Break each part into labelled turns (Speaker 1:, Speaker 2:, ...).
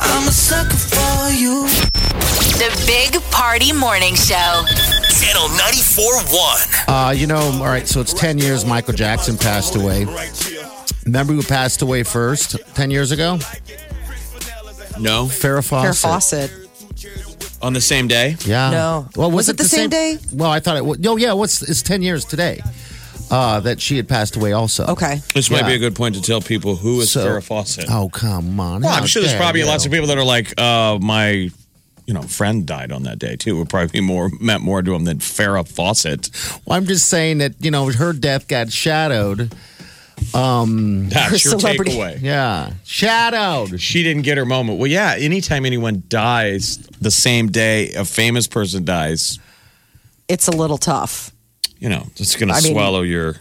Speaker 1: I'm a sucker for you.
Speaker 2: The Big Party Morning Show.
Speaker 3: Channel 94.1.
Speaker 4: Uh, you know, all right, so it's 10 years Michael Jackson passed away. Remember who passed away first 10 years ago?
Speaker 5: No,
Speaker 4: Farrah Fawcett.
Speaker 6: Farrah Fawcett.
Speaker 5: on the same day.
Speaker 4: Yeah.
Speaker 6: No.
Speaker 4: Well, was,
Speaker 6: Was it the same day?
Speaker 4: Well, I thought it was. No, yeah, what's it's 10 years today uh, that she had passed away also.
Speaker 6: Okay.
Speaker 5: This
Speaker 4: Yeah.
Speaker 5: might be a good point to tell people who is
Speaker 4: So-
Speaker 5: Farrah Fawcett.
Speaker 4: Oh, come on.
Speaker 5: well, I'm
Speaker 4: How
Speaker 5: sure there's
Speaker 4: dare
Speaker 5: probably
Speaker 4: you.
Speaker 5: lots of people that are like, uh, my, you know, friend died on that day too. Would probably be more meant more to him than Farrah Fawcett.
Speaker 4: Well, I'm just saying that, you know, her death got shadowed.
Speaker 5: That's
Speaker 6: Her
Speaker 5: your
Speaker 6: celebrity.
Speaker 5: takeaway.
Speaker 4: Yeah. Shadowed.
Speaker 5: She didn't get her moment. Well, yeah. Anytime anyone dies the same day a famous person dies,
Speaker 6: It's a little tough.
Speaker 5: you know, it's going to
Speaker 6: I mean-
Speaker 5: swallow your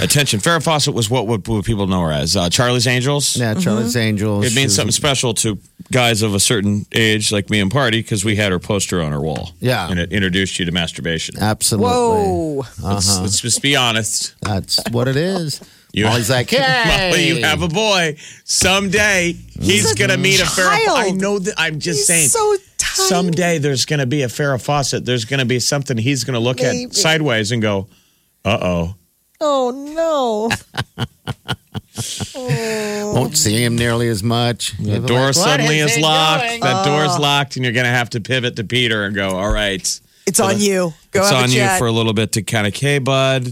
Speaker 5: attention. Farrah Fawcett was what would, would people know her as? Uh, Charlie's Angels.
Speaker 6: Mm-hmm.
Speaker 4: Yeah, Charlie's Angels.
Speaker 5: It means
Speaker 4: She
Speaker 5: something
Speaker 4: was-
Speaker 5: special to guys of a certain age, like me and Party, because we had her poster on our wall.
Speaker 4: Yeah. Uh-huh.
Speaker 5: and it introduced you to masturbation.
Speaker 4: Absolutely.
Speaker 6: Whoa.
Speaker 5: Let's, let's just be honest.
Speaker 4: That's what it is.
Speaker 5: You-
Speaker 4: Molly's like, hey.
Speaker 5: Molly, you have a boy. Someday he's
Speaker 6: a
Speaker 5: gonna meet a Farrah. Fa- I
Speaker 6: child.
Speaker 5: know that. I'm just
Speaker 6: He's
Speaker 5: saying.
Speaker 6: so tiny.
Speaker 5: Someday there's gonna be a Farrah Fawcett. There's gonna be something he's gonna look
Speaker 6: Maybe.
Speaker 5: at sideways and go, "Uh oh."
Speaker 6: Oh no.
Speaker 4: Won't see him nearly as much.
Speaker 5: The
Speaker 4: People
Speaker 5: door
Speaker 4: like, "What
Speaker 5: suddenly
Speaker 4: is
Speaker 5: is
Speaker 4: he
Speaker 5: locked.
Speaker 4: doing?" Oh.
Speaker 5: That door's locked, and you're gonna have to pivot to Peter and go, "All right."
Speaker 6: It's on you. Go
Speaker 5: uh, it's
Speaker 6: have
Speaker 5: on
Speaker 6: a
Speaker 5: you
Speaker 6: chat.
Speaker 5: for a little bit to kind of, hey, bud,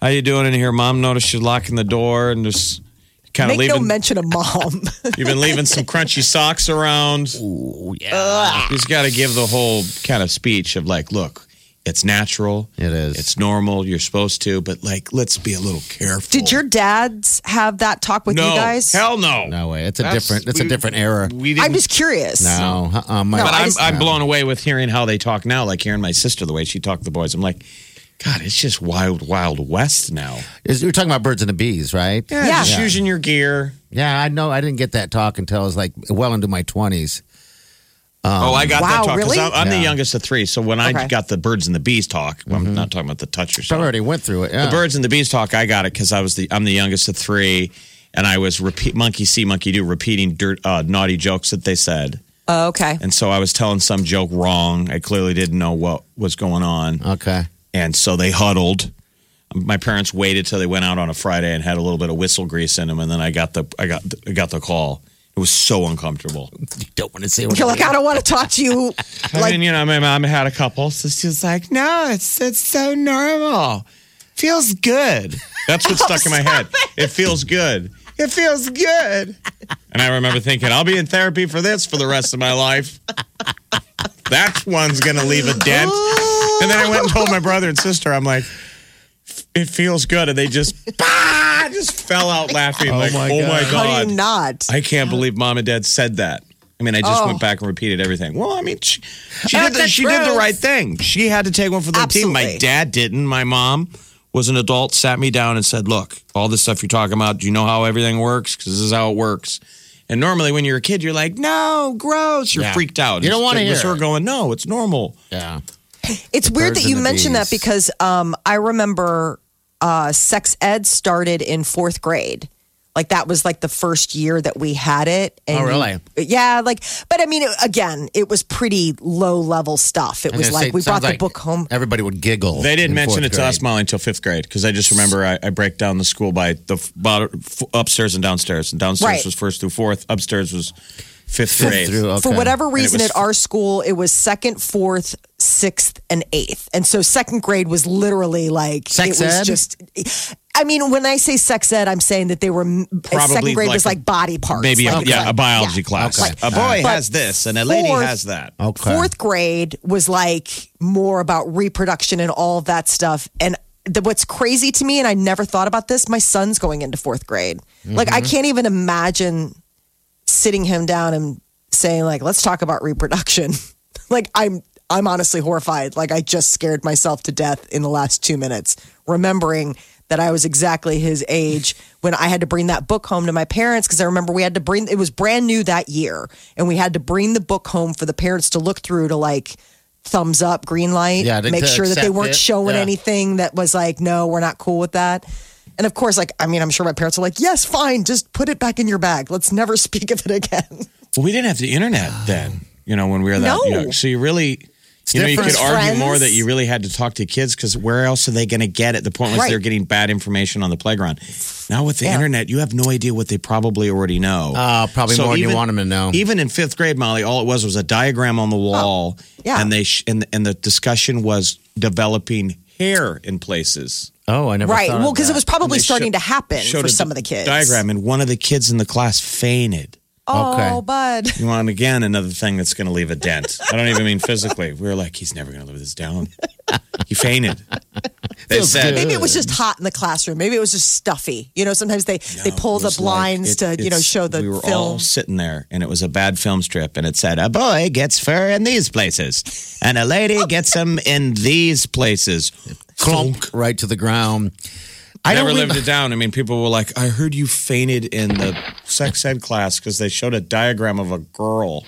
Speaker 5: how you doing in here? Mom noticed you locking the door and just kind of
Speaker 6: Make no
Speaker 5: uh, leaving.
Speaker 6: mention of mom.
Speaker 5: you've been leaving some crunchy socks around. Ooh, yeah. He's got to give the whole kind of speech of like, look, it's natural.
Speaker 4: It is.
Speaker 5: It's normal. You're supposed to, but like, let's be a little careful.
Speaker 6: Did your dads have that talk with
Speaker 5: no,
Speaker 6: you guys?
Speaker 5: Hell no.
Speaker 4: No way. It's a
Speaker 5: That's-
Speaker 4: different. It's a
Speaker 5: we-
Speaker 4: different era.
Speaker 5: We didn't.
Speaker 6: I'm just curious.
Speaker 4: No, uh-uh, my,
Speaker 5: but
Speaker 6: I
Speaker 5: I'm,
Speaker 6: just-
Speaker 5: I'm blown away with hearing how they talk now, like hearing my sister the way she talked to the boys. I'm like, God, it's just wild, wild west now.
Speaker 4: is, you're talking about birds and the bees, right?
Speaker 5: Yeah,
Speaker 6: Yeah.
Speaker 5: just using your gear.
Speaker 4: Yeah, I know. I didn't get that talk until I was like well into my twenties.
Speaker 5: oh, I got
Speaker 6: Wow,
Speaker 5: that talk. 'cause
Speaker 6: really?
Speaker 5: I'm, I'm the
Speaker 4: Yeah.
Speaker 5: youngest of three. So when I
Speaker 6: Okay. Mm-hmm.
Speaker 5: got the birds and the bees talk, I'm not talking about the touch or
Speaker 4: I
Speaker 5: something.
Speaker 4: already went through it. Yeah.
Speaker 5: The birds and the bees talk, I got it because I was the I'm the youngest of three, and I was repeat monkey see monkey do repeating dirt uh, naughty jokes that they said,
Speaker 6: Oh, okay.
Speaker 5: and so I was telling some joke wrong. I clearly didn't know what was going on.
Speaker 4: Okay.
Speaker 5: And so they huddled. My parents waited till they went out on a Friday and had a little bit of whistle grease in them, and then I got the I got I got the call. It was so uncomfortable.
Speaker 4: You don't want to say
Speaker 6: You're like, I don't want to talk to you.
Speaker 5: I mean, you know, my mom had a couple, so she's like, "No, it's it's so normal. Feels good." That's what stuck in my head.
Speaker 6: Oh,
Speaker 5: It feels good. It feels good. And I remember thinking, "I'll be in therapy for this for the rest of my life." That one's gonna leave a dent. And then I went and told my brother and sister, "I'm like, it feels good," and they just, bah, just fell out laughing. like,
Speaker 4: my
Speaker 5: oh my
Speaker 4: God.
Speaker 6: How
Speaker 5: god!
Speaker 6: do you not?
Speaker 5: I can't believe mom and dad said that. I mean, I just went back and repeated everything. Well, I mean, she, she, did,
Speaker 6: Oh. That's
Speaker 5: the,
Speaker 6: the
Speaker 5: she did the
Speaker 6: truth.
Speaker 5: right thing. She had to take one for the team. My
Speaker 6: Absolutely.
Speaker 5: dad didn't. My mom was an adult, sat me down and said, Look, all this stuff you're talking about, do you know how everything works? Because this is how it works. And normally when you're a kid, you're like, No, gross. You're
Speaker 4: Yeah.
Speaker 5: freaked out.
Speaker 4: You don't wanna
Speaker 5: It was
Speaker 4: hear
Speaker 5: her
Speaker 4: it.
Speaker 5: going, No, it's normal.
Speaker 4: Yeah.
Speaker 6: It's weird
Speaker 4: birds
Speaker 6: that you
Speaker 4: and the
Speaker 6: mentioned that
Speaker 4: bees.
Speaker 6: because um, I remember uh, sex ed started in fourth grade. Like that was like the first year that we had it. And
Speaker 4: Oh, really?
Speaker 6: yeah, like, but I mean, it, again, it was pretty low level stuff. It
Speaker 4: I
Speaker 6: was
Speaker 4: was
Speaker 6: like
Speaker 4: gonna say,
Speaker 6: we
Speaker 4: it sounds
Speaker 6: brought the
Speaker 4: like Oh,
Speaker 6: book home.
Speaker 4: Everybody would giggle.
Speaker 5: They didn't
Speaker 4: in
Speaker 5: mention
Speaker 4: fourth
Speaker 5: it to us,
Speaker 4: grade.
Speaker 5: Molly, until fifth grade because I just remember I, I break down the school by the f- bottom, f- upstairs and downstairs, and downstairs
Speaker 6: Right.
Speaker 5: was first through fourth, upstairs was fifth
Speaker 4: Fifth
Speaker 5: grade.
Speaker 4: through,
Speaker 6: For
Speaker 4: okay.
Speaker 6: whatever
Speaker 5: it
Speaker 6: reason,
Speaker 5: was-
Speaker 6: at our school, it was second, fourth, sixth, and eighth. And so second grade was literally like,
Speaker 4: Sex
Speaker 6: it was
Speaker 4: ed?
Speaker 6: just, I mean, when I say sex ed, I'm saying that they were,
Speaker 5: Probably
Speaker 6: second grade
Speaker 5: like
Speaker 6: was
Speaker 5: a-
Speaker 6: like body parts.
Speaker 5: Maybe
Speaker 6: like,
Speaker 5: a,
Speaker 6: it's
Speaker 5: yeah,
Speaker 6: like-
Speaker 5: a biology class.
Speaker 4: Okay.
Speaker 5: A boy
Speaker 6: But
Speaker 5: has this, and a lady
Speaker 6: fourth-
Speaker 5: has that.
Speaker 4: Okay.
Speaker 6: Fourth grade was like more about reproduction and all of that stuff. And the, what's crazy to me, and I never thought about this, my son's going into fourth grade. Like, I can't even imagine sitting him down and saying like, let's talk about reproduction. like I'm I'm honestly horrified. Like I just scared myself to death in the last two minutes, remembering that I was exactly his age when I had to bring that book home to my parents because I remember we had to bring it was brand new that year and we had to bring the book home for the parents to look through to like thumbs up, green light,
Speaker 4: Yeah, to-
Speaker 6: make
Speaker 4: to
Speaker 6: sure that they
Speaker 4: accept
Speaker 6: weren't
Speaker 4: it.
Speaker 6: showing
Speaker 4: Yeah.
Speaker 6: anything that was like, no, we're not cool with that. And of course, like I mean, I'm sure my parents are like, yes, fine, just put it back in your bag. Let's never speak of it again.
Speaker 5: Well, we didn't have the internet then, you know, when we were that
Speaker 6: No.
Speaker 5: young. So you really, you know, you
Speaker 4: different.
Speaker 5: could argue
Speaker 6: Friends.
Speaker 5: more that you really had to talk to kids because where else are they going to get it? The point was
Speaker 6: Right.
Speaker 5: they're getting bad information on the playground. Now with the
Speaker 6: Yeah.
Speaker 5: internet, you have no idea what they probably already know.
Speaker 4: Uh, probably more than you
Speaker 5: even-
Speaker 4: want 'em to know.
Speaker 5: Even in fifth grade, Molly, all it was was a diagram on the wall,
Speaker 6: Oh, yeah.
Speaker 5: and they sh- and and the discussion was developing hair in places.
Speaker 4: Oh, I never
Speaker 6: right.
Speaker 4: thought of
Speaker 6: Well, because
Speaker 4: that.
Speaker 6: it was probably
Speaker 5: They
Speaker 6: starting
Speaker 5: sho-
Speaker 6: to happen
Speaker 5: showed
Speaker 6: for
Speaker 5: a
Speaker 6: some
Speaker 5: di-
Speaker 6: of the kids.
Speaker 5: Diagram, and one of the kids in the class fainted.
Speaker 6: Oh,
Speaker 4: Okay.
Speaker 6: bud.
Speaker 5: You want again another thing that's going to leave a dent. I don't even mean physically. We were like, he's never going to live this down. He fainted. They
Speaker 4: Feels
Speaker 5: said,
Speaker 4: good.
Speaker 6: Maybe it was just hot in the classroom. Maybe it was just stuffy. You know, sometimes they they
Speaker 5: No,
Speaker 6: pull
Speaker 5: it
Speaker 6: the
Speaker 5: was
Speaker 6: blinds
Speaker 5: like- it-
Speaker 6: to you know
Speaker 5: it's-
Speaker 6: show the
Speaker 5: We were all
Speaker 6: film.
Speaker 5: sitting there, and it was a bad film strip, and it said, "A boy gets fur in these places, and a lady gets them in these places."
Speaker 4: clunk right to the ground.
Speaker 5: I never
Speaker 4: don't
Speaker 5: lived
Speaker 4: rem-
Speaker 5: it down. I mean, people were like, "I heard you fainted in the sex ed class because they showed a diagram of a girl."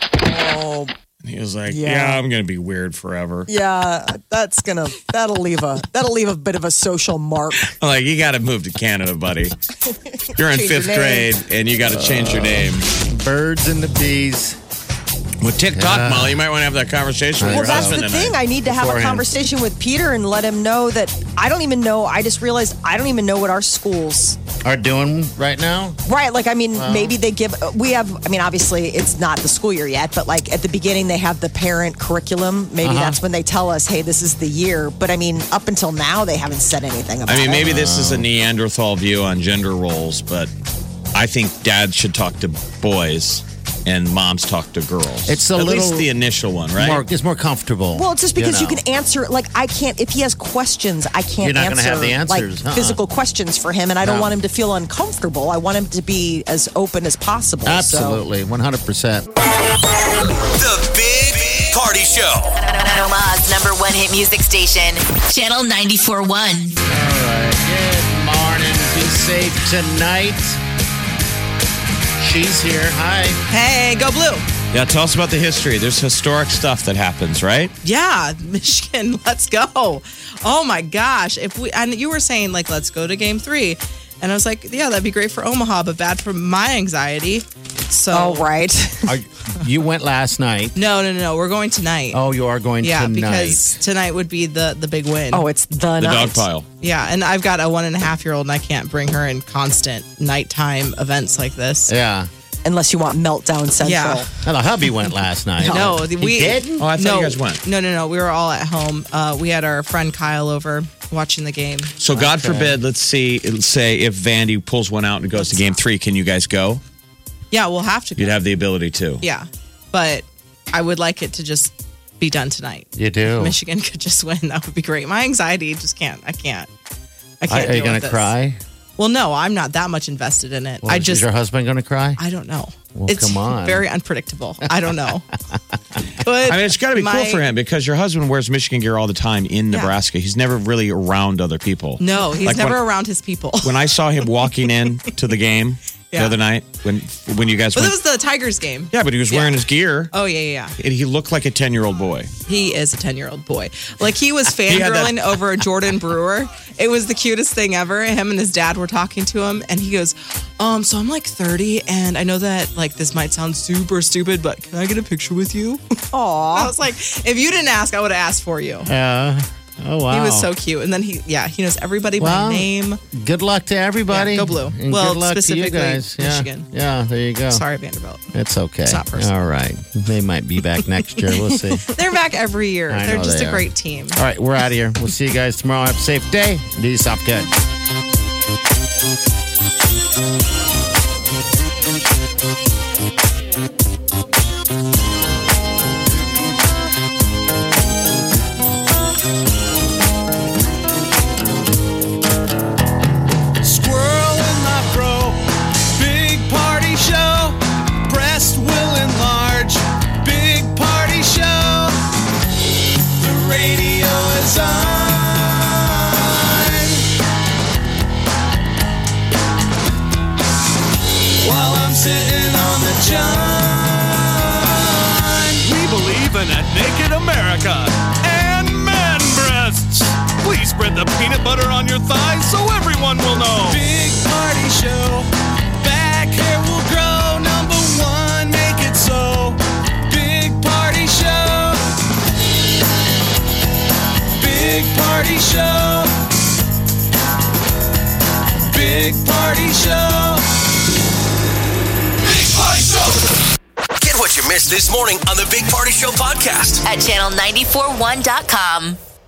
Speaker 5: And he was like,
Speaker 6: Yeah.
Speaker 5: "Yeah, I'm going to be weird forever."
Speaker 6: Yeah, that's gonna that'll leave a that'll leave a bit of a social mark.
Speaker 5: I'm like, you got to move to Canada, buddy. You're in
Speaker 6: Change
Speaker 5: fifth
Speaker 6: your name.
Speaker 5: grade and you got to change your name.
Speaker 4: Birds and the bees.
Speaker 5: With TikTok, Molly, you might want to have that conversation with
Speaker 6: Well,
Speaker 5: your
Speaker 6: that's
Speaker 5: husband
Speaker 6: the
Speaker 5: tonight.
Speaker 6: thing. I need to have a
Speaker 5: beforehand.
Speaker 6: conversation with Peter and let him know that I don't even know. I just realized I don't even know what our schools
Speaker 4: Are doing right now?
Speaker 6: Right. Like, I mean, maybe they give, we have, I mean, obviously it's not the school year yet, but like at the beginning they have the parent curriculum. Maybe
Speaker 4: Uh-huh.
Speaker 6: that's when they tell us, hey, this is the year. But I mean, up until now they haven't said anything about
Speaker 5: I mean,
Speaker 6: it.
Speaker 5: maybe this is a Neanderthal view on gender roles, but I think dads should talk to boys and moms talk to girls.
Speaker 4: It's a
Speaker 5: At
Speaker 4: little
Speaker 5: least the initial one, right?
Speaker 4: More, it's more comfortable.
Speaker 6: Well, it's just because you,
Speaker 4: know.
Speaker 6: can answer. Like, I can't. If he has questions, I can't
Speaker 4: You're not
Speaker 6: answer
Speaker 4: gonna have the answers,
Speaker 6: like
Speaker 4: uh-uh.
Speaker 6: physical questions for him, and I don't
Speaker 4: No.
Speaker 6: want him to feel uncomfortable. I want him to be as open as possible. so-
Speaker 4: Absolutely, 100%.
Speaker 3: The Big, Big Party Show.
Speaker 2: Omaha's number one hit music station, Channel 94.1.
Speaker 4: All right. Good morning. Be safe tonight. She's here. Hi.
Speaker 7: Hey, go blue.
Speaker 5: Yeah, tell us about the history. There's historic stuff that happens, right?
Speaker 7: Yeah, Michigan, let's go. Oh my gosh. If we and you were saying like let's go to game 3. And I was like, yeah, that'd be great for Omaha, but bad for my anxiety. So
Speaker 5: Oh,
Speaker 6: All right.
Speaker 4: Are, you went last night.
Speaker 7: No, no, no, no. We're going tonight.
Speaker 4: Oh, you are going
Speaker 7: yeah,
Speaker 4: tonight.
Speaker 7: because tonight would be the the big win.
Speaker 6: Oh, it's the,
Speaker 5: The
Speaker 6: night.
Speaker 5: dog pile.
Speaker 7: yeah, and I've got a one and a half year old, and I can't bring her in constant nighttime events like this.
Speaker 4: yeah.
Speaker 6: Unless you want meltdown central.
Speaker 7: Yeah.
Speaker 4: Now, the hubby went last night.
Speaker 7: No,
Speaker 4: He
Speaker 7: we
Speaker 4: did?
Speaker 5: Oh, I thought
Speaker 7: no,
Speaker 5: you guys went.
Speaker 7: No, no, no. We were all at home. Uh, we had our friend Kyle over watching the game.
Speaker 5: So, God forbid, let's see, let's say if Vandy pulls one out and goes to game three, can you guys go?
Speaker 7: Yeah, we'll have to. Go.
Speaker 5: You'd have the ability to.
Speaker 7: Yeah, but I would like it to just be done tonight.
Speaker 4: You do.
Speaker 7: Michigan could just win. That would be great. My anxiety just can't. I can't. I
Speaker 4: Are,
Speaker 7: can't.
Speaker 4: are you
Speaker 7: deal with
Speaker 4: going to
Speaker 7: this.
Speaker 4: cry?
Speaker 7: Well, no, I'm not that much invested in it.
Speaker 4: Well,
Speaker 7: I
Speaker 4: is
Speaker 7: just
Speaker 4: your husband going to cry?
Speaker 7: I don't know.
Speaker 4: Well,
Speaker 7: it's
Speaker 4: come on.
Speaker 7: very unpredictable. I don't know. but
Speaker 5: I mean, it's got to be cool
Speaker 7: my-
Speaker 5: for him because your husband wears Michigan gear all the time in Nebraska. He's never really around other people.
Speaker 7: No, he's
Speaker 5: Like
Speaker 7: never
Speaker 5: when-
Speaker 7: around his people.
Speaker 5: When I saw him walking in to the game the
Speaker 7: Yeah.
Speaker 5: other night, when when you guys
Speaker 7: but
Speaker 5: went,
Speaker 7: that was the Tigers game.
Speaker 5: yeah, but he was wearing his gear
Speaker 7: Oh yeah, yeah, yeah.
Speaker 5: and he looked like a ten year old boy.
Speaker 7: He is a ten-year-old boy. Like he was
Speaker 5: had that-
Speaker 7: fangirling over Jordan Brewer. It was the cutest thing ever. Him and his dad were talking to him, and he goes, "Um, so I'm like 30, and I know that like this might sound super stupid, but can I get a picture with you?" I
Speaker 6: Aw.
Speaker 7: was like, "If you didn't ask, I would have asked for you."
Speaker 4: Uh, oh, wow.
Speaker 7: He was so cute, and then he, yeah, he knows everybody
Speaker 4: Wow.
Speaker 7: by name.
Speaker 4: Good luck to everybody.
Speaker 7: Yeah, go blue.
Speaker 4: And
Speaker 7: Well,
Speaker 4: good luck
Speaker 7: specifically
Speaker 4: to you guys. Yeah.
Speaker 7: Michigan.
Speaker 4: Yeah, there you go.
Speaker 7: Sorry, Vanderbilt.
Speaker 4: It's okay.
Speaker 7: It's not personal.
Speaker 4: All right. They might be back next year. We'll see.
Speaker 7: They're back every year.
Speaker 4: I
Speaker 7: They're
Speaker 4: know
Speaker 7: just
Speaker 4: they
Speaker 7: a
Speaker 4: are.
Speaker 7: great team.
Speaker 4: All right, we're out of here. We'll see you guys tomorrow. Have a safe day. Do yourself good.
Speaker 1: Squirrel in my bro. Big party show. Breast will enlarge. while I'm sitting on the john.
Speaker 8: We believe in a naked America and man breasts. Please spread the peanut butter on your thighs so everyone will know.
Speaker 1: Big party show. Back hair will grow. Number one, make it so. Big party show. Big party show. Big party show.
Speaker 3: Big Party Show. Get what you missed this morning on the Big Party Show podcast.
Speaker 2: at channel941.com.